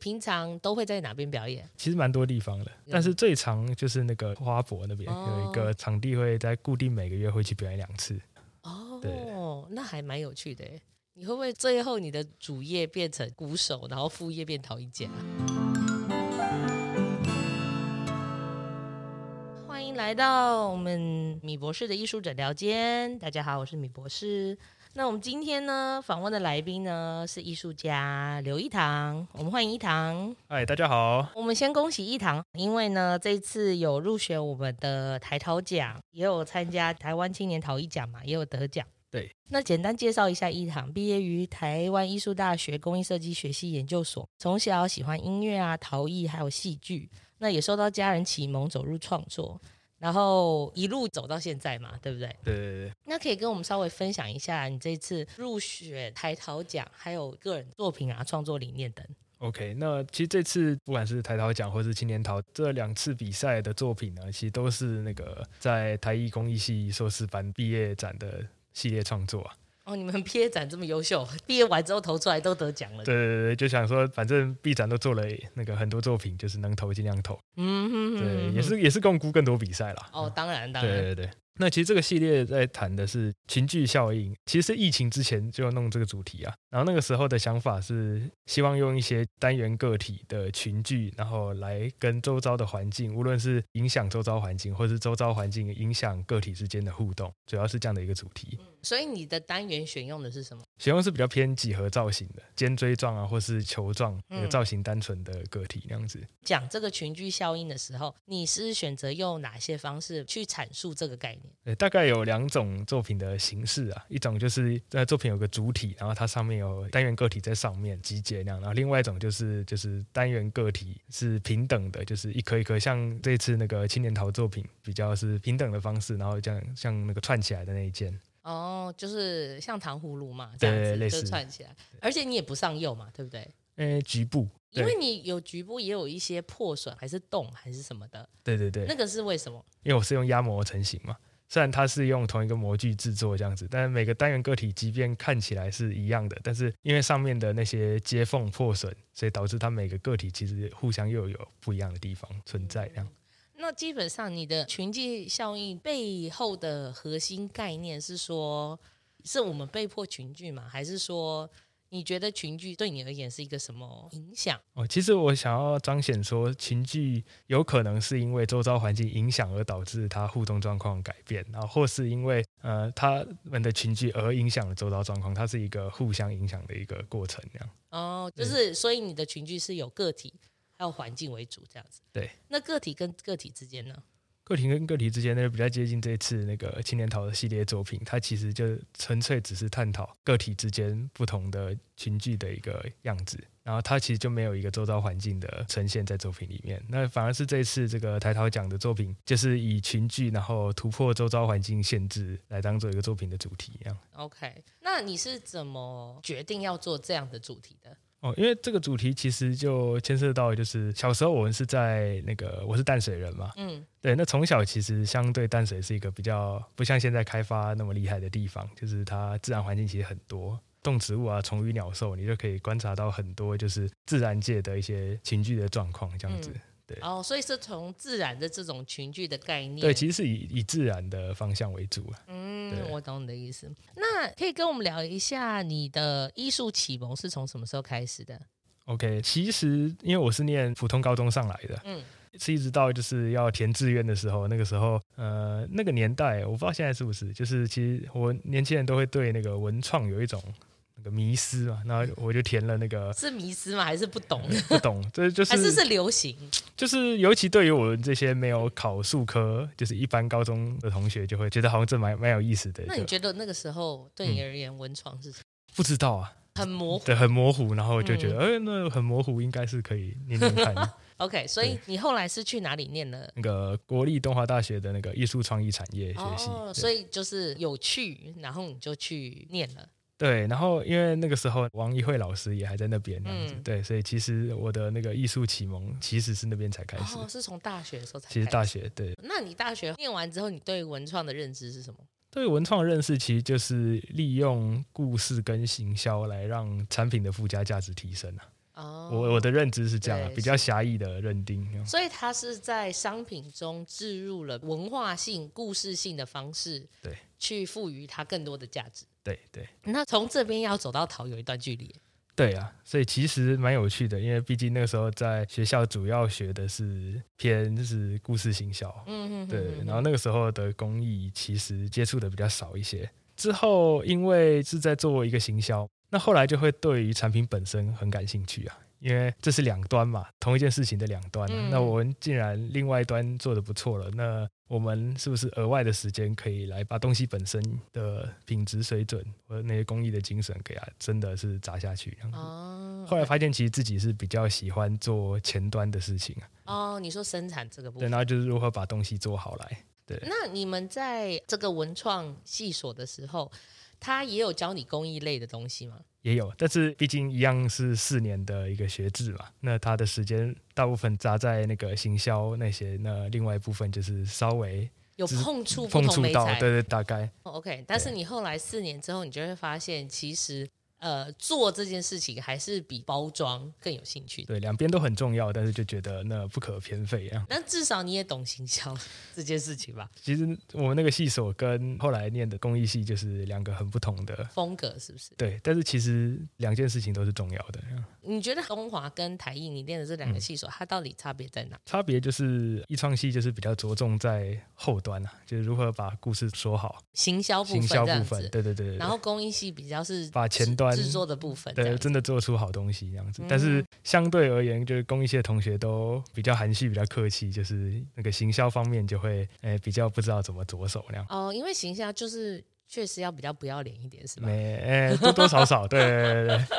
平常都会在哪边表演？其实蛮多地方的，但是最常就是那个花博那边、嗯哦有一个场地会在固定每个月会去表演两次。哦，那还蛮有趣的耶。你会不会最后你的主业变成鼓手，然后副业变陶艺啊家？欢迎来到我们米博士的艺术诊疗间。大家好，我是米博士。那我们今天呢，访问的来宾呢是艺术家刘一堂，我们欢迎一堂。嗨，大家好，我们先恭喜一堂，因为呢，这次有入选我们的台陶奖，也有参加台湾青年陶艺奖嘛，也有得奖。对，那简单介绍一下一堂，毕业于台湾艺术大学工艺设计学系研究所，从小喜欢音乐啊、陶艺还有戏剧，那也受到家人启蒙走入创作，然后一路走到现在嘛，对不对？对对对，那可以跟我们稍微分享一下你这次入选台陶奖，还有个人作品啊、创作理念等。 OK，那其实这次不管是台陶奖或是青年陶这两次比赛的作品呢，其实都是那个在台艺工艺系硕士班毕业展的系列创作啊。哦，你们毕业展这么优秀， 毕业完之后投出来都得奖了。对对对对，就想说反正 B 展都做了那个很多作品，就是能投尽量投。嗯哼哼对，哼也是也是共估更多比赛啦。哦，当然当对然，对对。那其实这个系列在谈的是情绪效应，其实是疫情之前就要弄这个主题啊。然后那个时候的想法是，希望用一些单元个体的群聚，然后来跟周遭的环境，无论是影响周遭环境，或是周遭环境影响个体之间的互动，主要是这样的一个主题。所以你的单元选用的是什么？使用是比较偏几何造型的，尖锥状啊，或是球状，嗯那个造型单纯的个体那样子。讲这个群聚效应的时候，你是选择用哪些方式去阐述这个概念？呃，大概有两种作品的形式啊，一种就是呃作品有个主体，然后它上面有单元个体在上面集结那样，然后另外一种就是就是单元个体是平等的，就是一颗一颗，像这次那个青年陶作品比较是平等的方式，然后这样像那个串起来的那一件，哦，就是像糖葫芦嘛，这样类子似就串起来，而且你也不上釉嘛，对不对？呃局部，因为对你有局部也有一些破损，还是洞，还是什么的，对对对，那个是为什么？因为我是用压模成型嘛，虽然它是用同一个模具制作这样子，但是每个单元个体即便看起来是一样的，但是因为上面的那些接缝破损，所以导致它每个个体其实互相又有不一样的地方存在。这样，那基本上你的群聚效应背后的核心概念是说，是我们被迫群聚吗？还是说你觉得群聚对你而言是一个什么影响？哦，其实我想要彰显说，情绪有可能是因为周遭环境影响而导致它互动状况改变，然后或是因为呃他们的情绪而影响了周遭状况，它是一个互相影响的一个过程。这样，哦，就对是所以你的群聚是有个体还有环境为主这样子。对。那个体跟个体之间呢？个体跟个体之间那就比较接近这一次那个青年陶的系列作品，它其实就纯粹只是探讨个体之间不同的群聚的一个样子，然后它其实就没有一个周遭环境的呈现在作品里面。那反而是这一次这个台陶奖的作品，就是以群聚然后突破周遭环境限制来当做一个作品的主题一样。 OK，那你是怎么决定要做这样的主题的？哦，因为这个主题其实就牵涉到，就是小时候我们是在那个我是淡水人嘛，嗯，对，那从小其实相对淡水是一个比较不像现在开发那么厉害的地方，就是它自然环境其实很多，动植物啊、虫鱼鸟兽，你就可以观察到很多就是自然界的一些情绪的状况这样子。嗯哦，所以是从自然的这种群聚的概念，对，其实是以以自然的方向为主啊。嗯，对我懂你的意思。那可以跟我们聊一下你的艺术启蒙是从什么时候开始的？ OK，其实因为我是念普通高中上来的，嗯，是一直到就是要填志愿的时候，那个时候，呃，那个年代，我不知道现在是不是，就是其实我年轻人都会对那个文创有一种那个迷失嘛，然后我就填了那个是迷失吗？还是不懂？不懂， 这 就还是嗯是是流行？就是，尤其对于我们这些没有考数科，就是一般高中的同学，就会觉得好像这蛮蛮有意思的。那你就觉得那个时候对你而言，文创是什么？不知道啊？很模糊。对，很模糊，然后我就嗯觉得，哎、那很模糊，应该是可以念念看 OK，所以你后来是去哪里念的？那个国立东华大学的那个艺术创意产业学系。哦，对所以就是有趣，然后你就去念了。对，然后因为那个时候王一慧老师也还在那边，这样子，嗯对，所以其实我的那个艺术启蒙其实是那边才开始，哦，是从大学的时候才其实开大始。学对那你大学念完之后，你对文创的认知是什么？对文创的认识，其实就是利用故事跟行销来让产品的附加价值提升啊。哦，我我的认知是这样啊，对比较狭义的认定。所以它是在商品中置入了文化性、故事性的方式，对，去赋予它更多的价值。对对那从这边要走到桃有一段距离，对啊，所以其实蛮有趣的，因为毕竟那个时候在学校主要学的是偏就是故事行销，嗯嗯，对，然后那个时候的工艺其实接触的比较少一些。之后因为是在做一个行销，那后来就会对于产品本身很感兴趣啊，因为这是两端嘛，同一件事情的两端啊、嗯那我们既然另外一端做的不错了，那我们是不是额外的时间可以来把东西本身的品质水准和那些工艺的精神给它真的是砸下去？这样子哦，后来发现其实自己是比较喜欢做前端的事情啊，哦，你说生产这个部对，分，然后就是如何把东西做好来。那你们在这个文创系所的时候，他也有教你工艺类的东西吗？也有，但是毕竟一样是四年的一个学制嘛，那他的时间大部分砸在那个行销那些，那另外一部分就是稍微有只是碰触不碰同触美到，材对对，大概哦，OK。但是你后来四年之后，你就会发现，其实呃，做这件事情还是比包装更有兴趣的。对两边都很重要，但是就觉得那不可偏废啊。但至少你也懂行销 这件事情吧？其实我们那个系所跟后来念的工艺系就是两个很不同的，风格是不是？对，但是其实两件事情都是重要的。你觉得东华跟台艺你练的这两个系所，它到底差别在哪？差别就是艺创系就是比较着重在后端啊，就是如何把故事说好，行销部行分销这部样分，子，对对对对。对然后工艺系比较是把制前端制作的部分这对，样子。真的做出好东西这样子。嗯但是相对而言，就是工艺系的同学都比较含蓄、比较客气，就是那个行销方面就会诶、比较不知道怎么着手那样。哦，因为行销就是确实要比较不要脸一点，是吧？没诶、多多少少，对对对对，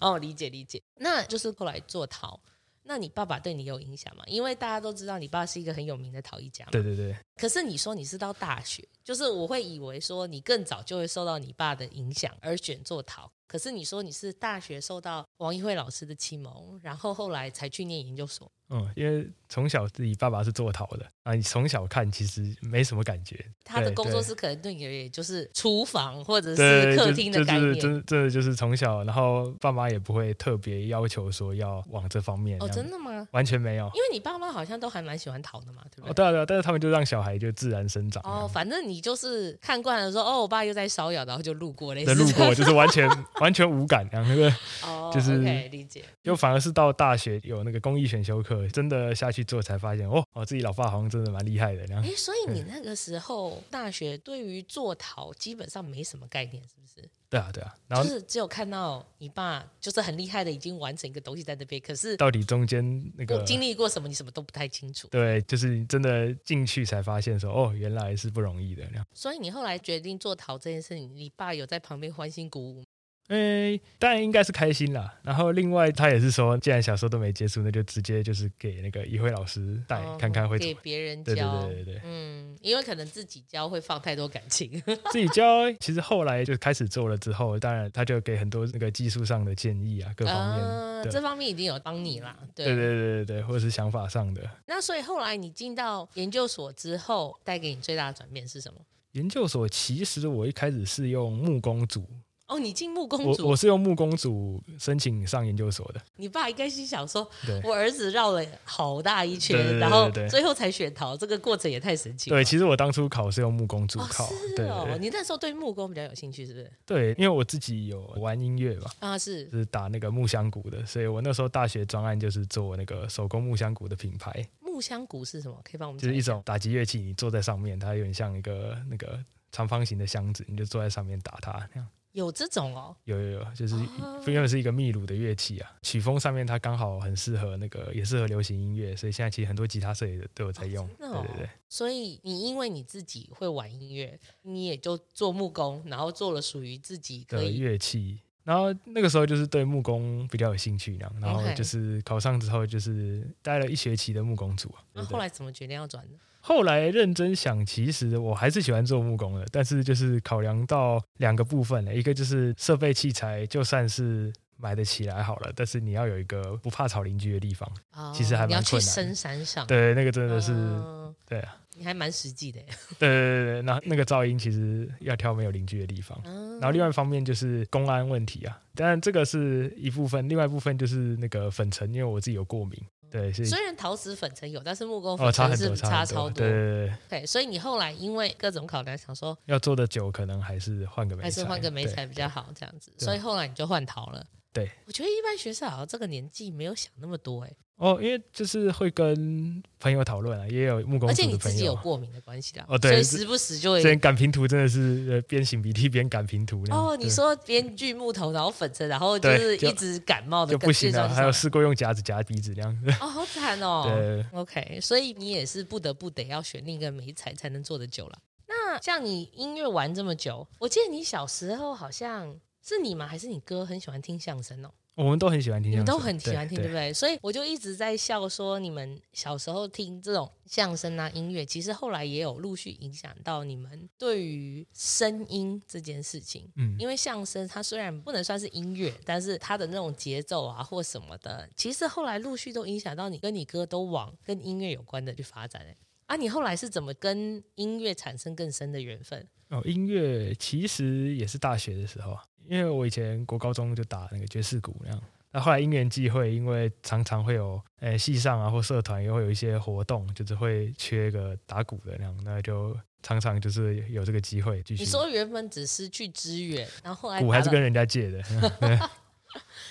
哦，理解理解。那就是后来做陶，那你爸爸对你有影响吗？因为大家都知道你爸是一个很有名的陶艺家嘛。对对对，可是你说你是到大学，就是我会以为说你更早就会受到你爸的影响而选做陶。可是你说你是大学受到王一慧老师的启蒙，然后后来才去念研究所。嗯，因为从小自己爸爸是做陶的啊，你从小看其实没什么感觉，他的对工作对室可能对你而言就是厨房或者对，是就客厅的就概是念。真真的就是从小，然后爸妈也不会特别要求说要往这方面，哦，这样真的吗？完全没有。因为你爸妈好像都还蛮喜欢陶的嘛，对不哦，对？对啊对啊，但是他们就让小孩就自然生长这样哦，反正你就是看惯了说，哦，我爸又在烧窑，然后就路过类的似路这样过，就是完全完全无感，然后对，哦，就是 OK 理解。就反而是到大学有那个公益选修课，真的下去做才发现，哦，我自己老爸好像真的蛮厉害的，然后哎，所以你那个时候大学对于做陶基本上没什么概念，是不是？对啊对啊，然后就是只有看到你爸就是很厉害的，已经完成一个东西在那边，可是到底中间那我个经历过什么，你什么都不太清楚。对，就是真的进去才发现说，哦，原来是不容易的，然后所以你后来决定做陶这件事，你你爸有在旁边欢欣鼓舞吗。哎，当然应该是开心啦。然后另外他也是说，既然小时候都没接触，那就直接就是给那个一慧老师带、哦哎看看会怎给么，别人对对教，对对对嗯，因为可能自己教会放太多感情，自己教。啊其实后来就开始做了之后，当然他就给很多那个技术上的建议啊，各方面。啊对这方面一定有帮你啦，对对对对对对，或者是想法上的。那所以后来你进到研究所之后，带给你最大的转变是什么？研究所其实我一开始是用木工组，哦，你进木工我组，我是用木工组申请上研究所的。你爸应该心想说，对我儿子绕了好大一圈，对对对然后对对最后才选陶，这个过程也太神奇了。对，其实我当初考是用木工组哦，考，是对哦，对你那时候对木工比较有兴趣，是不是？对，因为我自己有玩音乐嘛，啊，是是打那个木香鼓的，所以我那时候大学专案就是做那个手工木香鼓的品牌，木香鼓是什么？可以帮我们就讲是一一下？种打击乐器，你坐在上面，它有点像一个那个长方形的箱子，你就坐在上面打它那样。有这种哦，有有有，就是哦原本是一个秘鲁的乐器啊，曲风上面它刚好很适合那个，也适合流行音乐，所以现在其实很多吉他社也都有在用。真的哦对对对，所以你因为你自己会玩音乐，你也就做木工，然后做了属于自己可的以乐器。然后那个时候就是对木工比较有兴趣，然后然后 OK 就是考上之后就是待了一学期的木工组啊。那、对对哦后来怎么决定要转的？后来认真想，其实我还是喜欢做木工的，但是就是考量到两个部分了，一个就是设备器材，就算是买得起来好了，但是你要有一个不怕吵邻居的地方。哦其实还你要蛮去困难的深山上，对，那个真的是嗯对啊，你还蛮实际的耶。对对对对，那那个噪音其实要挑没有邻居的地方。嗯然后另外一方面就是公安问题啊，当然这个是一部分，另外一部分就是那个粉尘，因为我自己有过敏，对，是虽然陶瓷粉尘有，但是木工哦粉差尘很是多，差很超多，多。对对对，对，所以你后来因为各种考量，想说要做的久，可能还是换个美材，还是换个美对彩比较好，这样子。对所以后来你就换陶了。对，我觉得一般学生好像这个年纪没有想那么多哎，哦，因为就是会跟朋友讨论啊，也有木工而且组你的自朋己有友啊。过敏的关系啦，哦对所以时不时就会之前擀平图真的是呃边擤鼻涕边擀平图那样哦，你对说编锯木头，然后粉尘，然后就对是就一直哦感冒的就不行症了，状还有上试过用夹子夹鼻子那样 子。来哦，好惨哦。对， OK，所以你也是不得不得要选另一个美彩才能做得久了。那像你音乐玩这么久，我记得你小时候好像是你吗？还是你哥很喜欢听相声哦？我们都很喜欢听你相们声，都很喜欢听，对对不对？所以我就一直在笑说，你们小时候听这种相声啊音乐，其实后来也有陆续影响到你们对于声音这件事情。嗯，因为相声它虽然不能算是音乐，但是它的那种节奏啊或什么的，其实后来陆续都影响到你跟你哥都往跟音乐有关的去发展、欸。啊，你后来是怎么跟音乐产生更深的缘分？哦，音乐其实也是大学的时候啊，因为我以前国高中就打那个爵士鼓那样。那后来因缘际会，因为常常会有呃系上啊或社团也会有一些活动，就是会缺个打鼓的那样，那就常常就是有这个机会继续你。说原本只是去支援，然后后来鼓打还是到跟人家借的，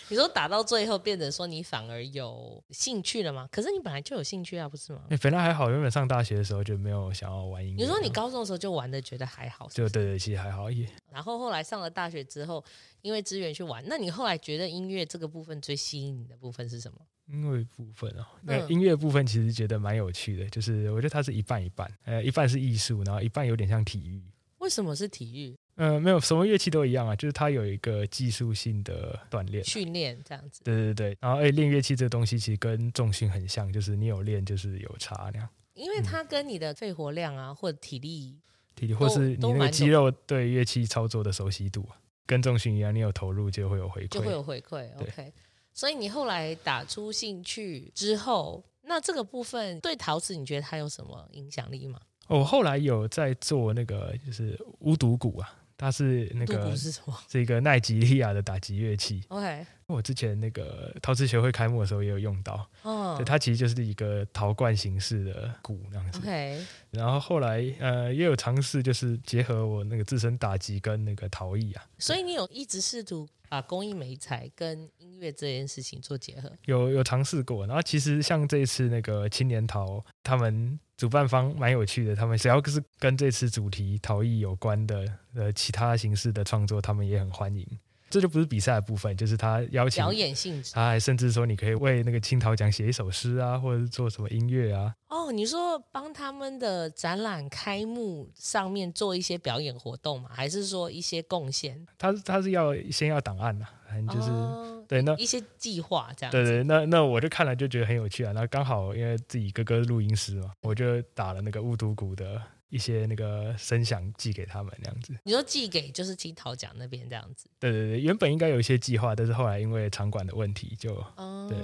你说打到最后变成说你反而有兴趣了吗？可是你本来就有兴趣啊，不是吗？欸本来还好，原本上大学的时候就没有想要玩音乐。你说你高中的时候就玩的觉得还好，是不就是啊对对，其实还好，也然后后来上了大学之后，因为资源去玩，那你后来觉得音乐这个部分最吸引你的部分是什么？音乐部分哦，那嗯音乐部分其实觉得蛮有趣的，就是我觉得它是一半一半，呃，一半是艺术，然后一半有点像体育。为什么是体育呃，没有什么乐器都一样啊，就是它有一个技术性的锻炼。啊训练这样子？对对对，然后哎，练乐器这个东西其实跟重训很像，就是你有练就是有差那样，因为它跟你的肺活量啊，或者体力，体力或都是你都那个蛮肌有肉对乐器操作的熟悉度啊，跟重训一样，你有投入就会有回馈，就会有回馈。嗯对 OK，所以你后来打出兴趣之后，那这个部分对陶瓷，你觉得它有什么影响力吗？哦我后来有在做那个就是乌毒鼓啊，它是那杜个甫是什么是一个奈及利亚的打击乐器。 ？OK，我之前那个陶瓷学会开幕的时候也有用到，哦对，它其实就是一个陶罐形式的鼓那样子。 ，OK，然后后来呃也有尝试，就是结合我那个自身打击跟那个陶艺啊，所以你有一直试图把工艺美材跟音乐这件事情做结合。有有尝试过。然后其实像这一次那个青年陶，他们主办方蛮有趣的，他们只要是跟这次主题陶艺有关的呃其他形式的创作，他们也很欢迎。这就不是比赛的部分，就是他邀请表，演性质他还甚至说你可以为那个青陶奖写一首诗啊，或者是做什么音乐啊。哦，你说帮他们的展览开幕上面做一些表演活动吗？还是说一些贡献？他他是要先要档案啊，反正就是、哦对那一些计划这样子。对对，那那我就看了就觉得很有趣啊。然后刚好因为自己哥哥是录音师嘛，我就打了那个雾都鼓的一些那个声响寄给他们那样子。你说寄给就是金桃奖那边这样子。对对对，原本应该有一些计划，但是后来因为场馆的问题就，哦对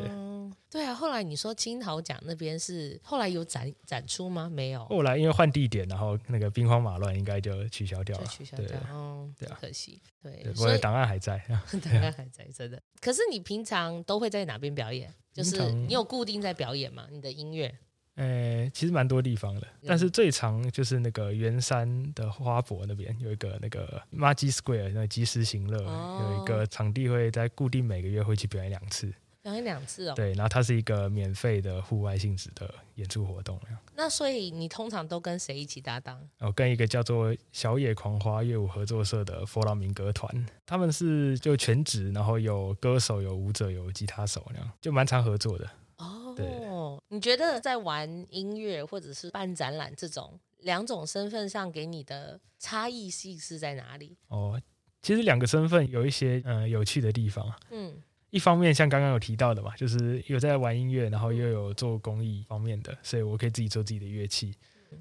对啊，后来你说金桃奖那边是后来有展展出吗？没有，后来因为换地点，然后那个兵荒马乱，应该就取消掉就了。取消啊对掉。哦，对啊可惜。对对，我所的以档案还在。 大概还在真的。可是你平常都会在哪边表演？就是平常你有固定在表演吗？你的音乐？呃，其实蛮多地方的，嗯但是最长就是那个圆山的花博那边有一个那个 Magi Square 那个及时行乐，哦有一个场地会在固定每个月会去表演两次。表演两次哦，对，然后它是一个免费的户外性质的演出活动，那所以你通常都跟谁一起搭档？然后跟一个叫做小野狂花乐舞合作社的佛朗明哥团，他们是就全职，然后有歌手、有舞者、有吉他手那样，就蛮常合作的。哦，你觉得在玩音乐或者是办展览这种两种身份上给你的差异性是在哪里？哦，其实两个身份有一些嗯、呃有趣的地方啊。嗯，一方面像刚刚有提到的嘛，就是有在玩音乐，然后又有做公益方面的，所以我可以自己做自己的乐器。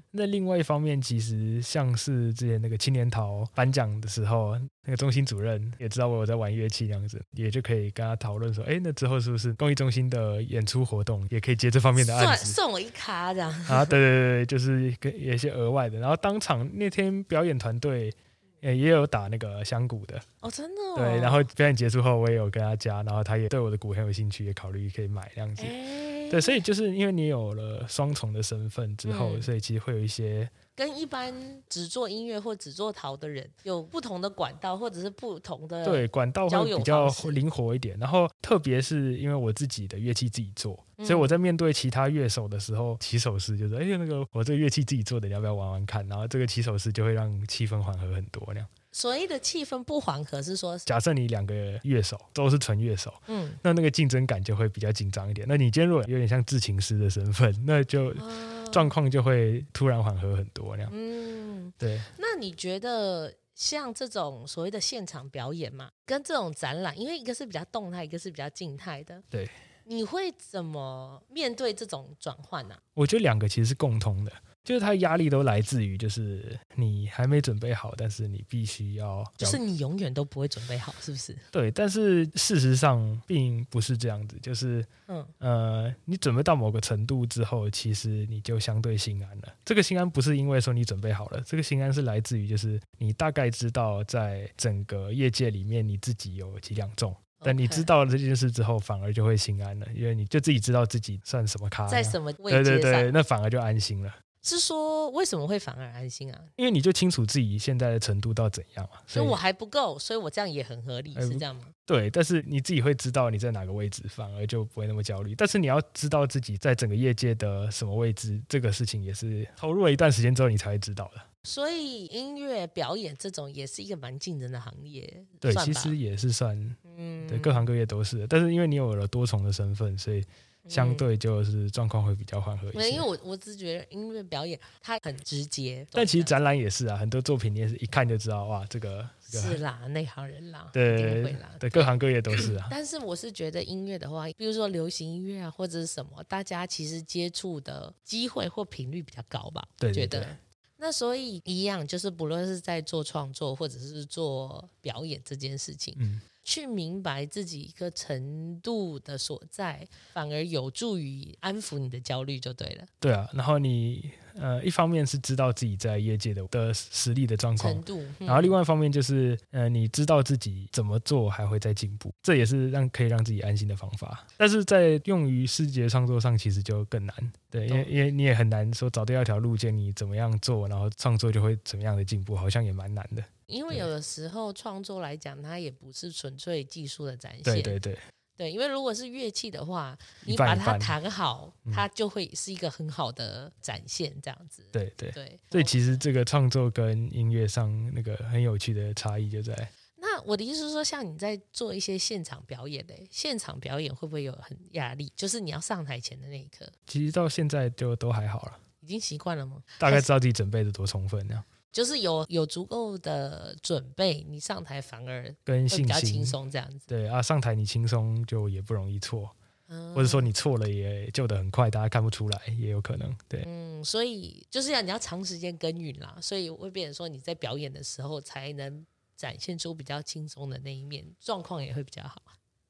那另外一方面，其实像是之前那个青年陶颁奖的时候，那个中心主任也知道我有在玩乐器这样子，也就可以跟他讨论说，哎，那之后是不是公益中心的演出活动也可以接这方面的案算子？送我一咖这样，啊，对对对对，就是跟有一些额外的。然后当场那天表演团队。呃也有打那个香鼓的，哦，真的、哦，对。然后表演结束后，我也有跟他加，然后他也对我的鼓很有兴趣，也考虑可以买这样子。哎，对，所以就是因为你有了双重的身份之后，嗯所以其实会有一些跟一般只做音乐或只做陶的人有不同的管道，或者是不同的对管道交会友比较方式灵活一点。然后特别是因为我自己的乐器自己做，所嗯以我在面对其他乐手的时候，起手式就是哎那个我这个乐器自己做的，你要不要玩玩看？然后这个起手式就会让气氛缓和很多。那样，所谓的气氛不缓和，是说，假设你两个乐手都是纯乐手，嗯，那那个竞争感就会比较紧张一点。那你今天如果有点像制琴师的身份，那就啊状况就会突然缓和很多。那样，嗯，对。那你觉得像这种所谓的现场表演嘛，跟这种展览，因为一个是比较动态，一个是比较静态的，对，你会怎么面对这种啊转换呢、我觉得两个其实是共通的，就是它压力都来自于就是你还没准备好，但是你必须要就表是你永远都不会准备好，是不是？对，但是事实上并不是这样子，就是嗯，呃，你准备到某个程度之后，其实你就相对心安了。这个心安不是因为说你准备好了，这个心安是来自于就是你大概知道在整个业界里面你自己有几两重。但你 OK 知道了这件事之后，反而就会心安了，因为你就自己知道自己算什么咖，在什么位对啊对阶上，对，那反而就安心了。是说为什么会反而安心啊？因为你就清楚自己现在的程度到怎样嘛，所所以以我还不够，所以我这样也很合理，哎是不这样吗？对，但是你自己会知道你在哪个位置，反而就不会那么焦虑。但是你要知道自己在整个业界的什么位置，这个事情也是投入了一段时间之后你才会知道的。所以音乐表演这种也是一个蛮竞争的行业，对，算其吧实也是算嗯对各行各业都是的，但是因为你有了多重的身份，所以相嗯对就是状况会比较缓和一没有，些因为。我我只觉得音乐表演它很直接，但其实懂展览也是啊，很多作品你也是一看就知道，哇，这个这的个是啦，内行人啦，一定会 对啦。对，各行各业都 是啊。但是我是觉得音乐的话，比如说流行音乐啊，或者是什么，大家其实接触的机会或频率比较高吧。对对觉得对那所以一样，就是不论是在做创作或者是做表演这件事情，嗯，去明白自己一个程度的所在，反而有助于安抚你的焦虑，就对了。对啊，然后你呃，一方面是知道自己在业界的的实力的状况程，度，嗯然后另外一方面就是呃，你知道自己怎么做还会再进步，这也是让可以让自己安心的方法。但是在用于视觉创作上，其实就更难，对，因为懂因为你也很难说找到一条路径，你怎么样做，然后创作就会怎么样的进步，好像也蛮难的。因为对有的时候创作来讲，它也不是纯粹技术的展现。对对对，对因为如果是乐器的话，你一把半一它半，弹好，嗯它就会是一个很好的展现，这样子。对对。对，所以哦其实这个创作跟音乐上那个很有趣的差异就在那我的意思是说，像你在做一些现场表演的，现场表演会不会有很压力？就是你要上台前的那一刻，其实到现在就都还好了，已经习惯了吗？大概还知道自己准备的多充分，这样就是有有足够的准备，你上台反而跟会比信较轻心。松，这样子。对啊，上台你轻松就也不容易错，嗯或者说你错了也救得很快，大家看不出来也有可能。对，嗯，所以就是要你要长时间耕耘啦，所以会变成说你在表演的时候才能展现出比较轻松的那一面，状况也会比较好。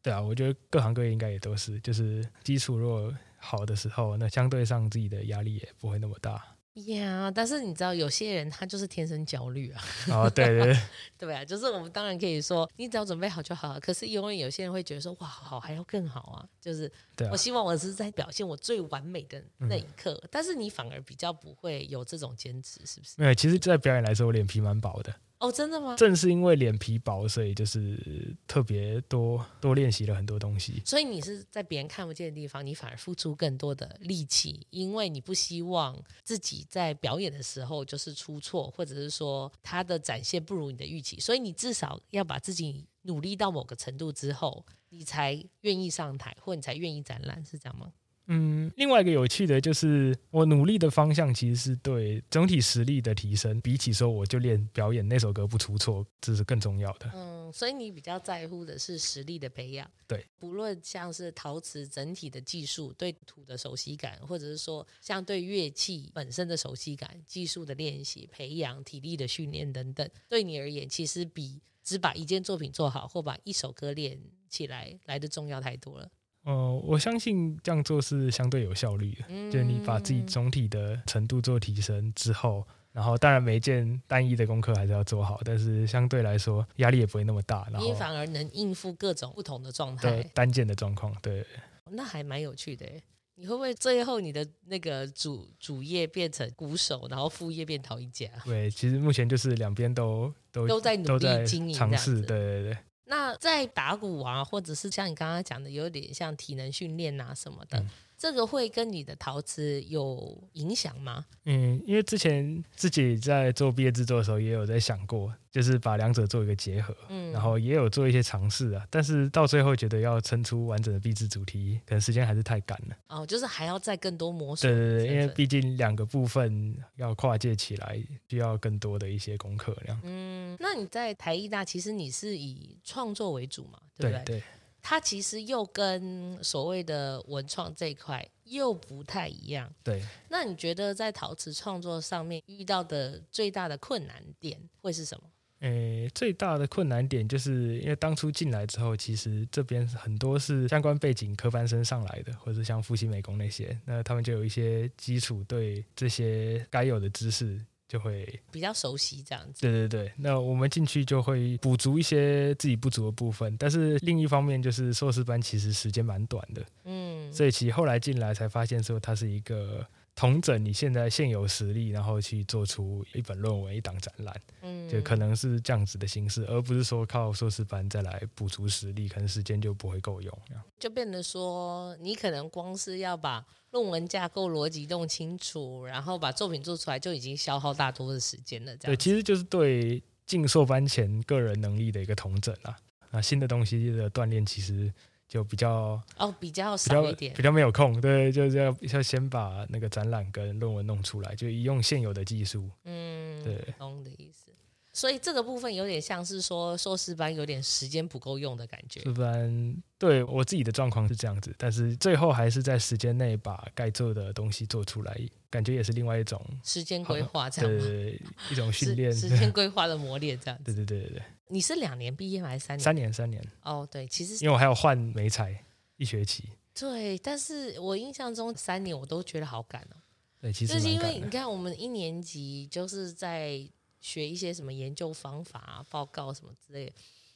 对啊，我觉得各行各业应该也都是，就是基础如果好的时候，那相对上自己的压力也不会那么大。呀、但是你知道有些人他就是天生焦虑啊， 哦，对对对，对啊，就是我们当然可以说你只要准备好就好了，可是永远有些人会觉得说哇好还要更好啊，就是对 啊嗯我，希望我是在表现我最完美的那一刻，但是你反而比较不会有这种坚持，是不是？没有，其实，在表演来说，我脸皮蛮薄的。哦，真的吗？正是因为脸皮薄，所以就是特别多多练习了很多东西。所以你是在别人看不见的地方，你反而付出更多的力气，因为你不希望自己在表演的时候就是出错，或者是说他的展现不如你的预期，所以你至少要把自己努力到某个程度之后，你才愿意上台，或你才愿意展览，是这样吗？嗯，另外一个有趣的就是，我努力的方向其实是对整体实力的提升，比起说我就练表演那首歌不出错，这是更重要的。嗯，所以你比较在乎的是实力的培养，对，不论像是陶瓷整体的技术、对土的熟悉感，或者是说像对乐器本身的熟悉感、技术的练习、培养、体力的训练等等，对你而言，其实比只把一件作品做好或把一首歌练起来来的重要太多了。呃，我相信这样做是相对有效率的，嗯就是你把自己总体的程度做提升之后，然后当然每一件单一的功课还是要做好，但是相对来说压力也不会那么大，然你后反而能应付各种不同的状对态，单件的状况，对，那还蛮有趣的耶。你会不会最后你的那个主主业变成鼓手，然后副业变陶艺家？对，其实目前就是两边都都都在努力都在经营这尝样试，子对对对。那在打鼓啊，或者是像你刚刚讲的，有点像体能训练啊什么的，嗯这个会跟你的陶瓷有影响吗？嗯，因为之前自己在做毕业制作的时候，也有在想过，就是把两者做一个结合，嗯，然后也有做一些尝试啊，但是到最后觉得要撑出完整的毕制主题，可能时间还是太赶了。哦，就是还要再更多摸索对的对成分。对，因为毕竟两个部分要跨界起来，需要更多的一些功课，这样。嗯，那你在台艺大，其实你是以创作为主嘛，对不对对，它其实又跟所谓的文创这一块又不太一样。对，那你觉得在陶瓷创作上面遇到的最大的困难点会是什么？诶，最大的困难点就是因为当初进来之后，其实这边很多是相关背景科班生上来的，或者是像复兴美工那些，那他们就有一些基础，对这些该有的知识就会，比较熟悉这样子，对对对。那我们进去就会补足一些自己不足的部分，但是另一方面就是硕士班其实时间蛮短的，嗯，所以其实后来进来才发现说它是一个。统整你现在现有实力，然后去做出一本论文、一档展览，嗯就可能是这样子的形式，而不是说靠硕士班再来补足实力，可能时间就不会够用。这样就变得说，你可能光是要把论文架构逻辑弄清楚，然后把作品做出来，就已经消耗大多的时间了。这对，样子，其实就是对进硕班前个人能力的一个统整啊。那新的东西的锻炼其实就比较哦，比较比较少一点比。较没有空，对，就是要要先把那个展览跟论文弄出来，就用现有的技术。嗯，对，懂的意思。所以这个部分有点像是说硕士班有点时间不够用的感觉要。不然对我自己的状况是这样子，但是最后还是在时间内把该做的东西做出来，感觉也是另外一种时间规划这样吗，对一种时训练。时间规划的磨练这样 对子。对对对对。你是两年毕业吗还是三年？三年，三年，哦，对，其实因为我还有换美彩一学期。对，但是我印象中三年我都觉得好赶哦。对，其实就是蛮因为赶你的。看，我们一年级就是在学一些什么研究方法、啊、报告什么之类的，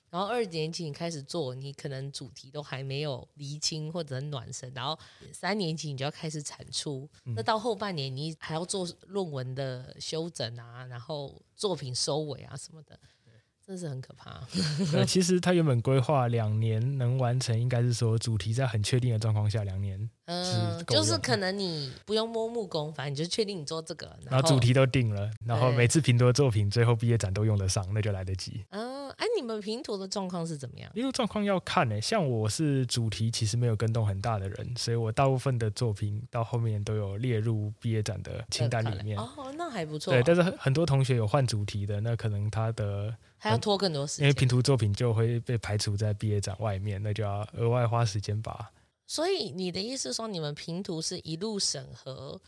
然后二年级你开始做，你可能主题都还没有厘清或者很暖身，然后三年级你就要开始产出，嗯那到后半年你还要做论文的修整啊，然后作品收尾啊什么的，真是很可怕。 对其实他原本规划两年能完成，应该是说主题在很确定的状况下两年，嗯，够就是用可能你不用摸木工，反正你就确定你做这个，然后主题都定了，然后对每次评图的作品最后毕业展都用得上，那就来得及。嗯，哎、你们平图的状况是怎么样？因为状况要看呢、欸像我是主题其实没有跟动很大的人，所以我大部分的作品到后面都有列入毕业展的清单里面。哦，那还不错啊、对，但是很很多同学有换主题的，那可能他的还要拖更多时因为间。平图作品就会被排除在毕业展外面，那就要额外花时间把。所以你的意思说，你们平图是一路审核，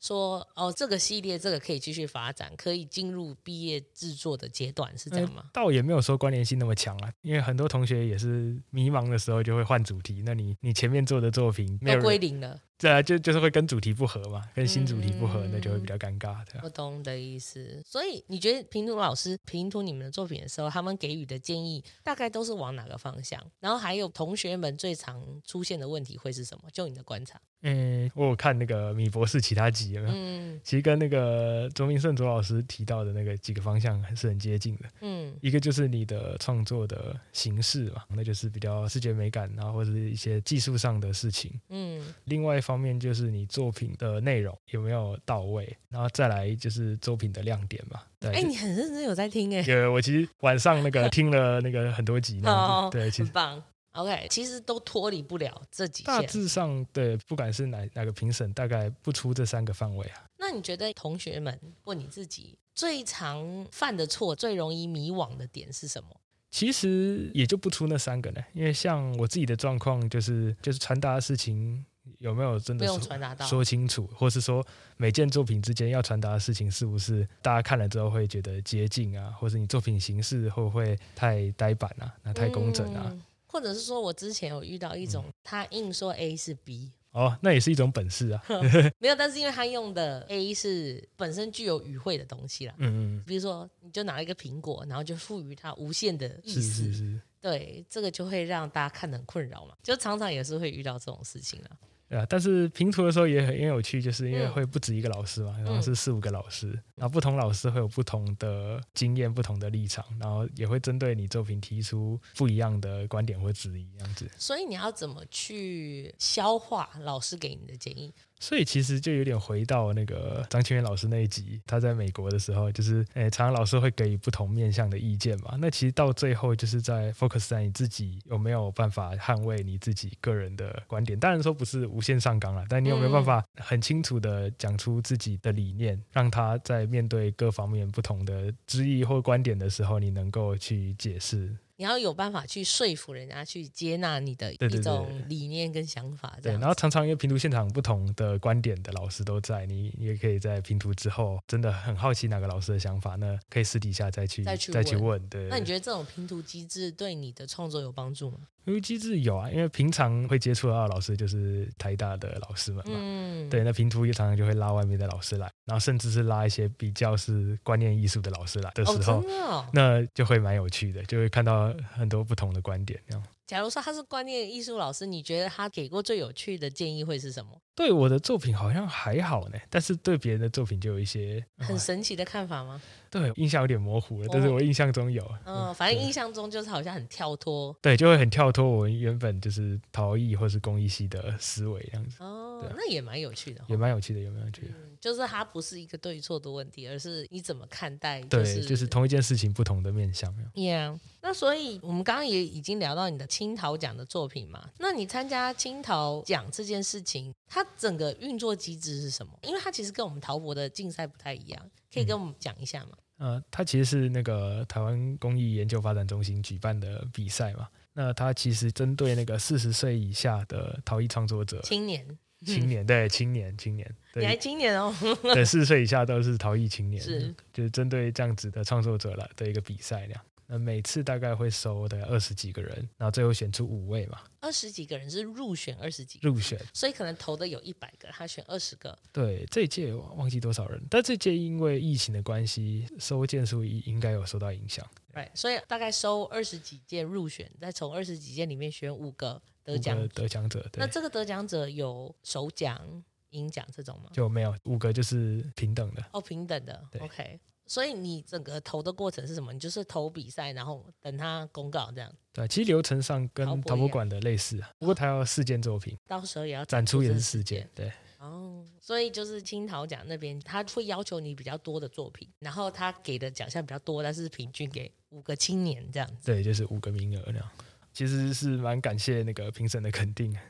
说哦，这个系列这个可以继续发展，可以进入毕业制作的阶段，是这样吗？倒也没有说关联性那么强啊，因为很多同学也是迷茫的时候就会换主题，那你 你前面做的作品没有都归人，零了，对啊，就就是会跟主题不合嘛，跟新主题不合，嗯那就会比较尴尬啊这样。我懂的意思。所以你觉得平图老师平图你们的作品的时候，他们给予的建议大概都是往哪个方向？然后还有同学们最常出现的问题会是什么？就你的观察，嗯，我有看那个米博士其他集有没有？嗯其实跟那个卓明胜卓老师提到的那个几个方向还是很接近的。嗯一个就是你的创作的形式嘛，那就是比较视觉美感，然后或者是一些技术上的事情。嗯另外一方面就是你作品的内容有没有到位，然后再来就是作品的亮点嘛。对，哎、你很认真有在听哎、有我其实晚上那个听了那个很多集那样 哦子，对，其很实棒。 OK，其实都脱离不了这几大项。致上，对，不管是哪哪个评审，大概不出这三个范围啊。那你觉得同学们或你自己最常犯的错、最容易迷惘的点是什么？其实也就不出那三个呢，因为像我自己的状况，就是就是传达的事情有没有真没的有说传达到，说清楚，或是说每件作品之间要传达的事情是不是大家看了之后会觉得接近啊，或是你作品形式会不会太呆板啊，那太工整啊？嗯嗯或者是说我之前有遇到一种，他硬说 A 是 B，哦，那也是一种本事啊。没有，但是因为他用的 A 是本身具有语汇的东西啦。嗯嗯，比如说，你就拿一个苹果，然后就赋予它无限的意是思，是是。对，这个就会让大家看得很困扰嘛，就常常也是会遇到这种事情啦。对啊，但是评图的时候也很也很有趣，就是因为嗯会不止一个老师嘛，然后是四五个老师，然后不同老师会有不同的经验、不同的立场，然后也会针对你作品提出不一样的观点或质疑这样子。所以你要怎么去消化老师给你的建议？所以其实就有点回到那个张清源老师那一集，他在美国的时候，就是诶，常常老师会给予不同面向的意见嘛。那其实到最后就是在 focus 在你自己有没有办法捍卫你自己个人的观点。当然说不是无限上纲了，但你有没有办法很清楚的讲出自己的理念，让他在面对各方面不同的质疑或观点的时候，你能够去解释。你要有办法去说服人家去接纳你的对对一对种理念跟想法，这对，样然后常常因为评图现场不同的观点的老师都在，你你也可以在评图之后，真的很好奇哪个老师的想法，那可以私底下再去再去问问。对，那你觉得这种拼图机制对你的创作有帮助吗？因为机制有啊，因为平常会接触到的老师就是台大的老师们嘛。嗯，对，那评图也常常就会拉外面的老师来，然后甚至是拉一些比较是观念艺术的老师来的哦，时真候，的哦。那就会蛮有趣的，就会看到很多不同的观点。这样假如说他是观念艺术老师，你觉得他给过最有趣的建议会是什么？对我的作品好像还好呢，但是对别人的作品就有一些很神奇的看法吗？对，印象有点模糊了，但是哦我印象中有。嗯，反正对印象中就是好像很跳脱对，就会很跳脱我原本就是陶艺或是工艺系的思维这样子，哦对啊，那也蛮有趣的哦、也蛮有趣的，也蛮有趣的。嗯就是它不是一个对错的问题，而是你怎么看待，对，是就是同一件事情不同的面向。 Yeah，那所以我们刚刚也已经聊到你的青桃奖的作品嘛，那你参加青桃奖这件事情，它整个运作机制是什么？因为它其实跟我们陶博的竞赛不太一样，可嗯以跟我们讲一下吗？呃，它其实是那个台湾工艺研究发展中心举办的比赛嘛。那它其实针对那个四十岁以下的陶艺创作者青年， 青年，对青年青年，你还对青年哦， 对，四十岁以下都是陶艺青年，是就是针对这样子的创作者来的一个比赛那样。那每次大概会收的二十几个人，然后最后选出五位嘛二十几个人是入选二十几个，入选。所以可能投的有一百个，他选二十个，对，这一届我忘记多少人，但这届因为疫情的关系，收件数应应该有受到影响。 right, 所以大概收二十几件入选，再从二十几件里面选五个得五奖个得奖者，那对，这个得奖者有首奖、银奖这种吗？就没有五个就是平等的。哦，平等的对，OK。所以你整个投的过程是什么？你就是投比赛，然后等他公告这样，对，其实流程上陶跟博陶一博样馆的类似啊，不过它要四件作品，到时候也要展出也这是个四时件间。。对，哦，所以就是青桃奖那边他会要求你比较多的作品，然后他给的奖项比较多，但是平均给五个青年这样子。对，就是五个名额那样。其实是蛮感谢那个评审的肯定。啊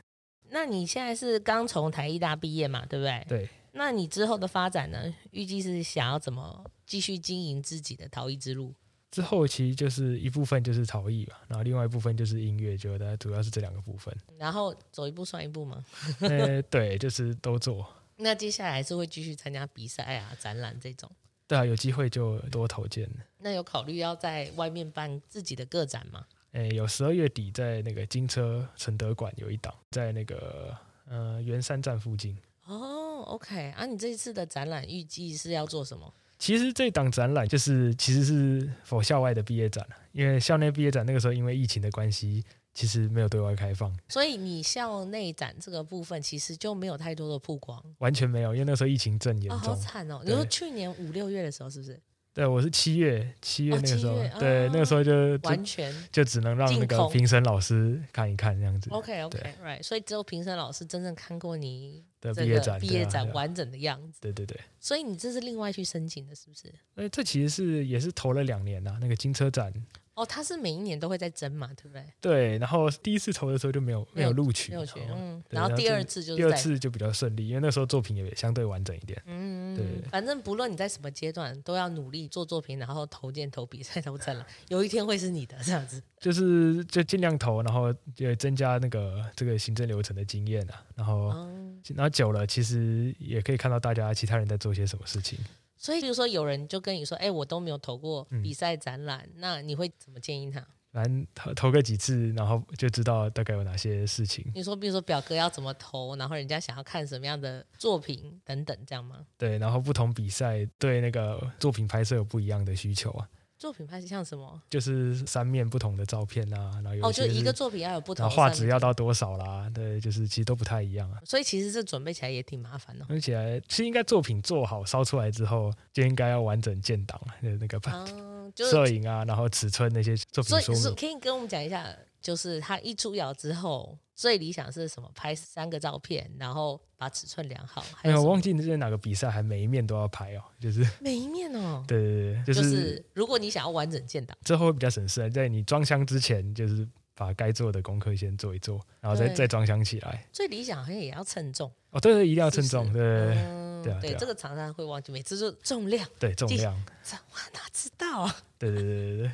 那你现在是刚从台艺大毕业嘛，对不对？对，那你之后的发展呢？预计是想要怎么继续经营自己的陶艺之路？之后其实就是一部分就是陶艺吧，然后另外一部分就是音乐，就大家主要是这两个 部分。然后走一步算一步吗？呃，对，就是都做。那接下来是会继续参加比赛啊、展览这种。对啊，有机会就多投件。那有考虑要在外面办自己的个展吗？诶，有十二月底在那个金车承德馆有一档，在那个呃圆山站附近。哦，OK，啊，你这一次的展览预计是要做什么？其实这档展览就是其实是否校外的毕业展啊因为校内毕业展那个时候因为疫情的关系，其实没有对外开放，所以你校内展这个部分其实就没有太多的曝光完全没有，因为那时候疫情正严啊、重。好惨哦！你对说去年五六月的时候是不是对，我是七月七月哦那个时候，七月对、哦那个时候就就完全就只能让那净个空评审老师看一看这样子 OK OK right？所以只有评审老师真正看过你的这毕业个展，毕对业啊展对啊完整的样子，对对哎对。所以你这是另外去申请的，是不是？啊那这其实是也是投了两年呐、那个金车展哦，他是每一年都会在争嘛，对不对？对，然后第一次投的时候就没有没没有有录取，没有去，然后嗯。哦对然后然后第就二次就是第二在，次就比较顺利，因为那时候作品也相对完整一点。嗯，对反正不论你在什么阶段，都要努力做作品，然后投件投比赛、投展 览，有一天会是你的这样子。就是就尽量投，然后也增加那个这个行政流程的经验啊。然后、哦，然后久了，其实也可以看到大家其他人在做些什么事情。所以比如说有人就跟你说，哎，我都没有投过嗯比赛、展览，那你会怎么建议他？反正投投个几次，然后就知道大概有哪些事情。你说，比如说表格要怎么投，然后人家想要看什么样的作品等等，这样吗？对，然后不同比赛对那个作品拍摄有不一样的需求啊，作品拍是像什么？就是三面不同的照片啊，然后有哦，些就一是个作品要有不同然的后画上质面要到多少啦？对，就是其实都不太一样啊。所以其实这准备起来也挺麻烦的、而且其实应该作品做好烧出来之后，就应该要完整建档，啊就是那个版 嗯，就摄是影啊，然后尺寸那些作所品以说是明。可以跟我们讲一下，就是他一出窑之后，最理想是什么？拍三个照片，然后把尺寸量好。还没有，什哎我么忘记你是哪个比赛，还每一面都要拍哦，就是。每一面哦对对对，就就是是如果你想要完整建档，之后会比较省事啊，在你装箱之前，就是把该做的功课先做一做，然后再对再装箱起来。最理想好像也要称重，哦，对对，一定要是不称重，是对对对嗯对啊对啊这个常常会忘记，每次就重量，对重记量，这我哪知道啊？ 对对对对对。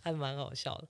还蛮好笑的。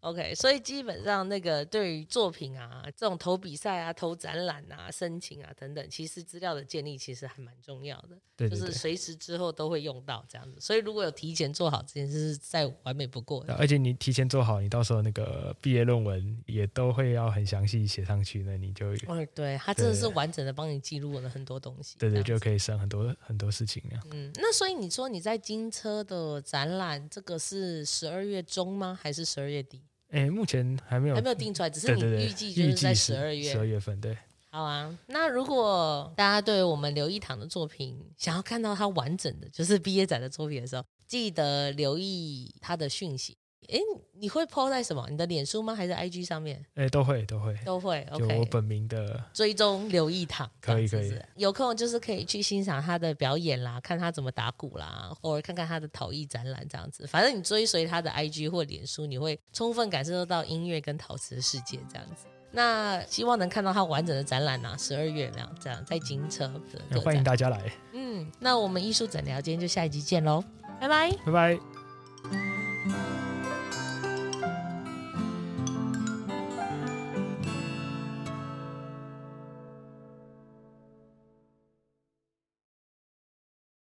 OK，所以基本上那个对于作品啊，这种投比赛啊、投展览啊、申请啊等等，其实资料的建立其实还蛮重要的，对就对是对，随时之后都会用到这样子。所以如果有提前做好这件事，是再完美不过的。而且你提前做好，你到时候那个毕业论文也都会要很详细写上去，那你就哦，对，它真的是对完整的帮你记录了很多东西。对对这就样子可以省很多很多事情啊。嗯，那所以你说你在金车的展览，这个是十二月中吗？还是十二月底？哎，目前还没有还没有定出来，只是对你对对，预计就是在十二月十二月份，对好啊，那如果大家对我们刘一堂的作品想要看到他完整的，就是毕业展的作品的时候，记得留意他的讯息。诶，你会 PO 在什么？你的脸书吗？还是 IG 上面？哎都会都会，都会。就我 OK，本名的追踪刘一堂，可以这样子是不是有空就是可以去欣赏他的表演啦，看他怎么打鼓啦，偶尔看看他的陶艺展览这样子。反正你追随他的 IG 或脸书，你会充分感受到音乐跟陶瓷的世界这样子。那希望能看到他完整的展览啊，十二月这样这样在金车的哎各欢展迎大家来，嗯，那我们艺术诊疗今天就下一集见喽，拜拜。拜拜。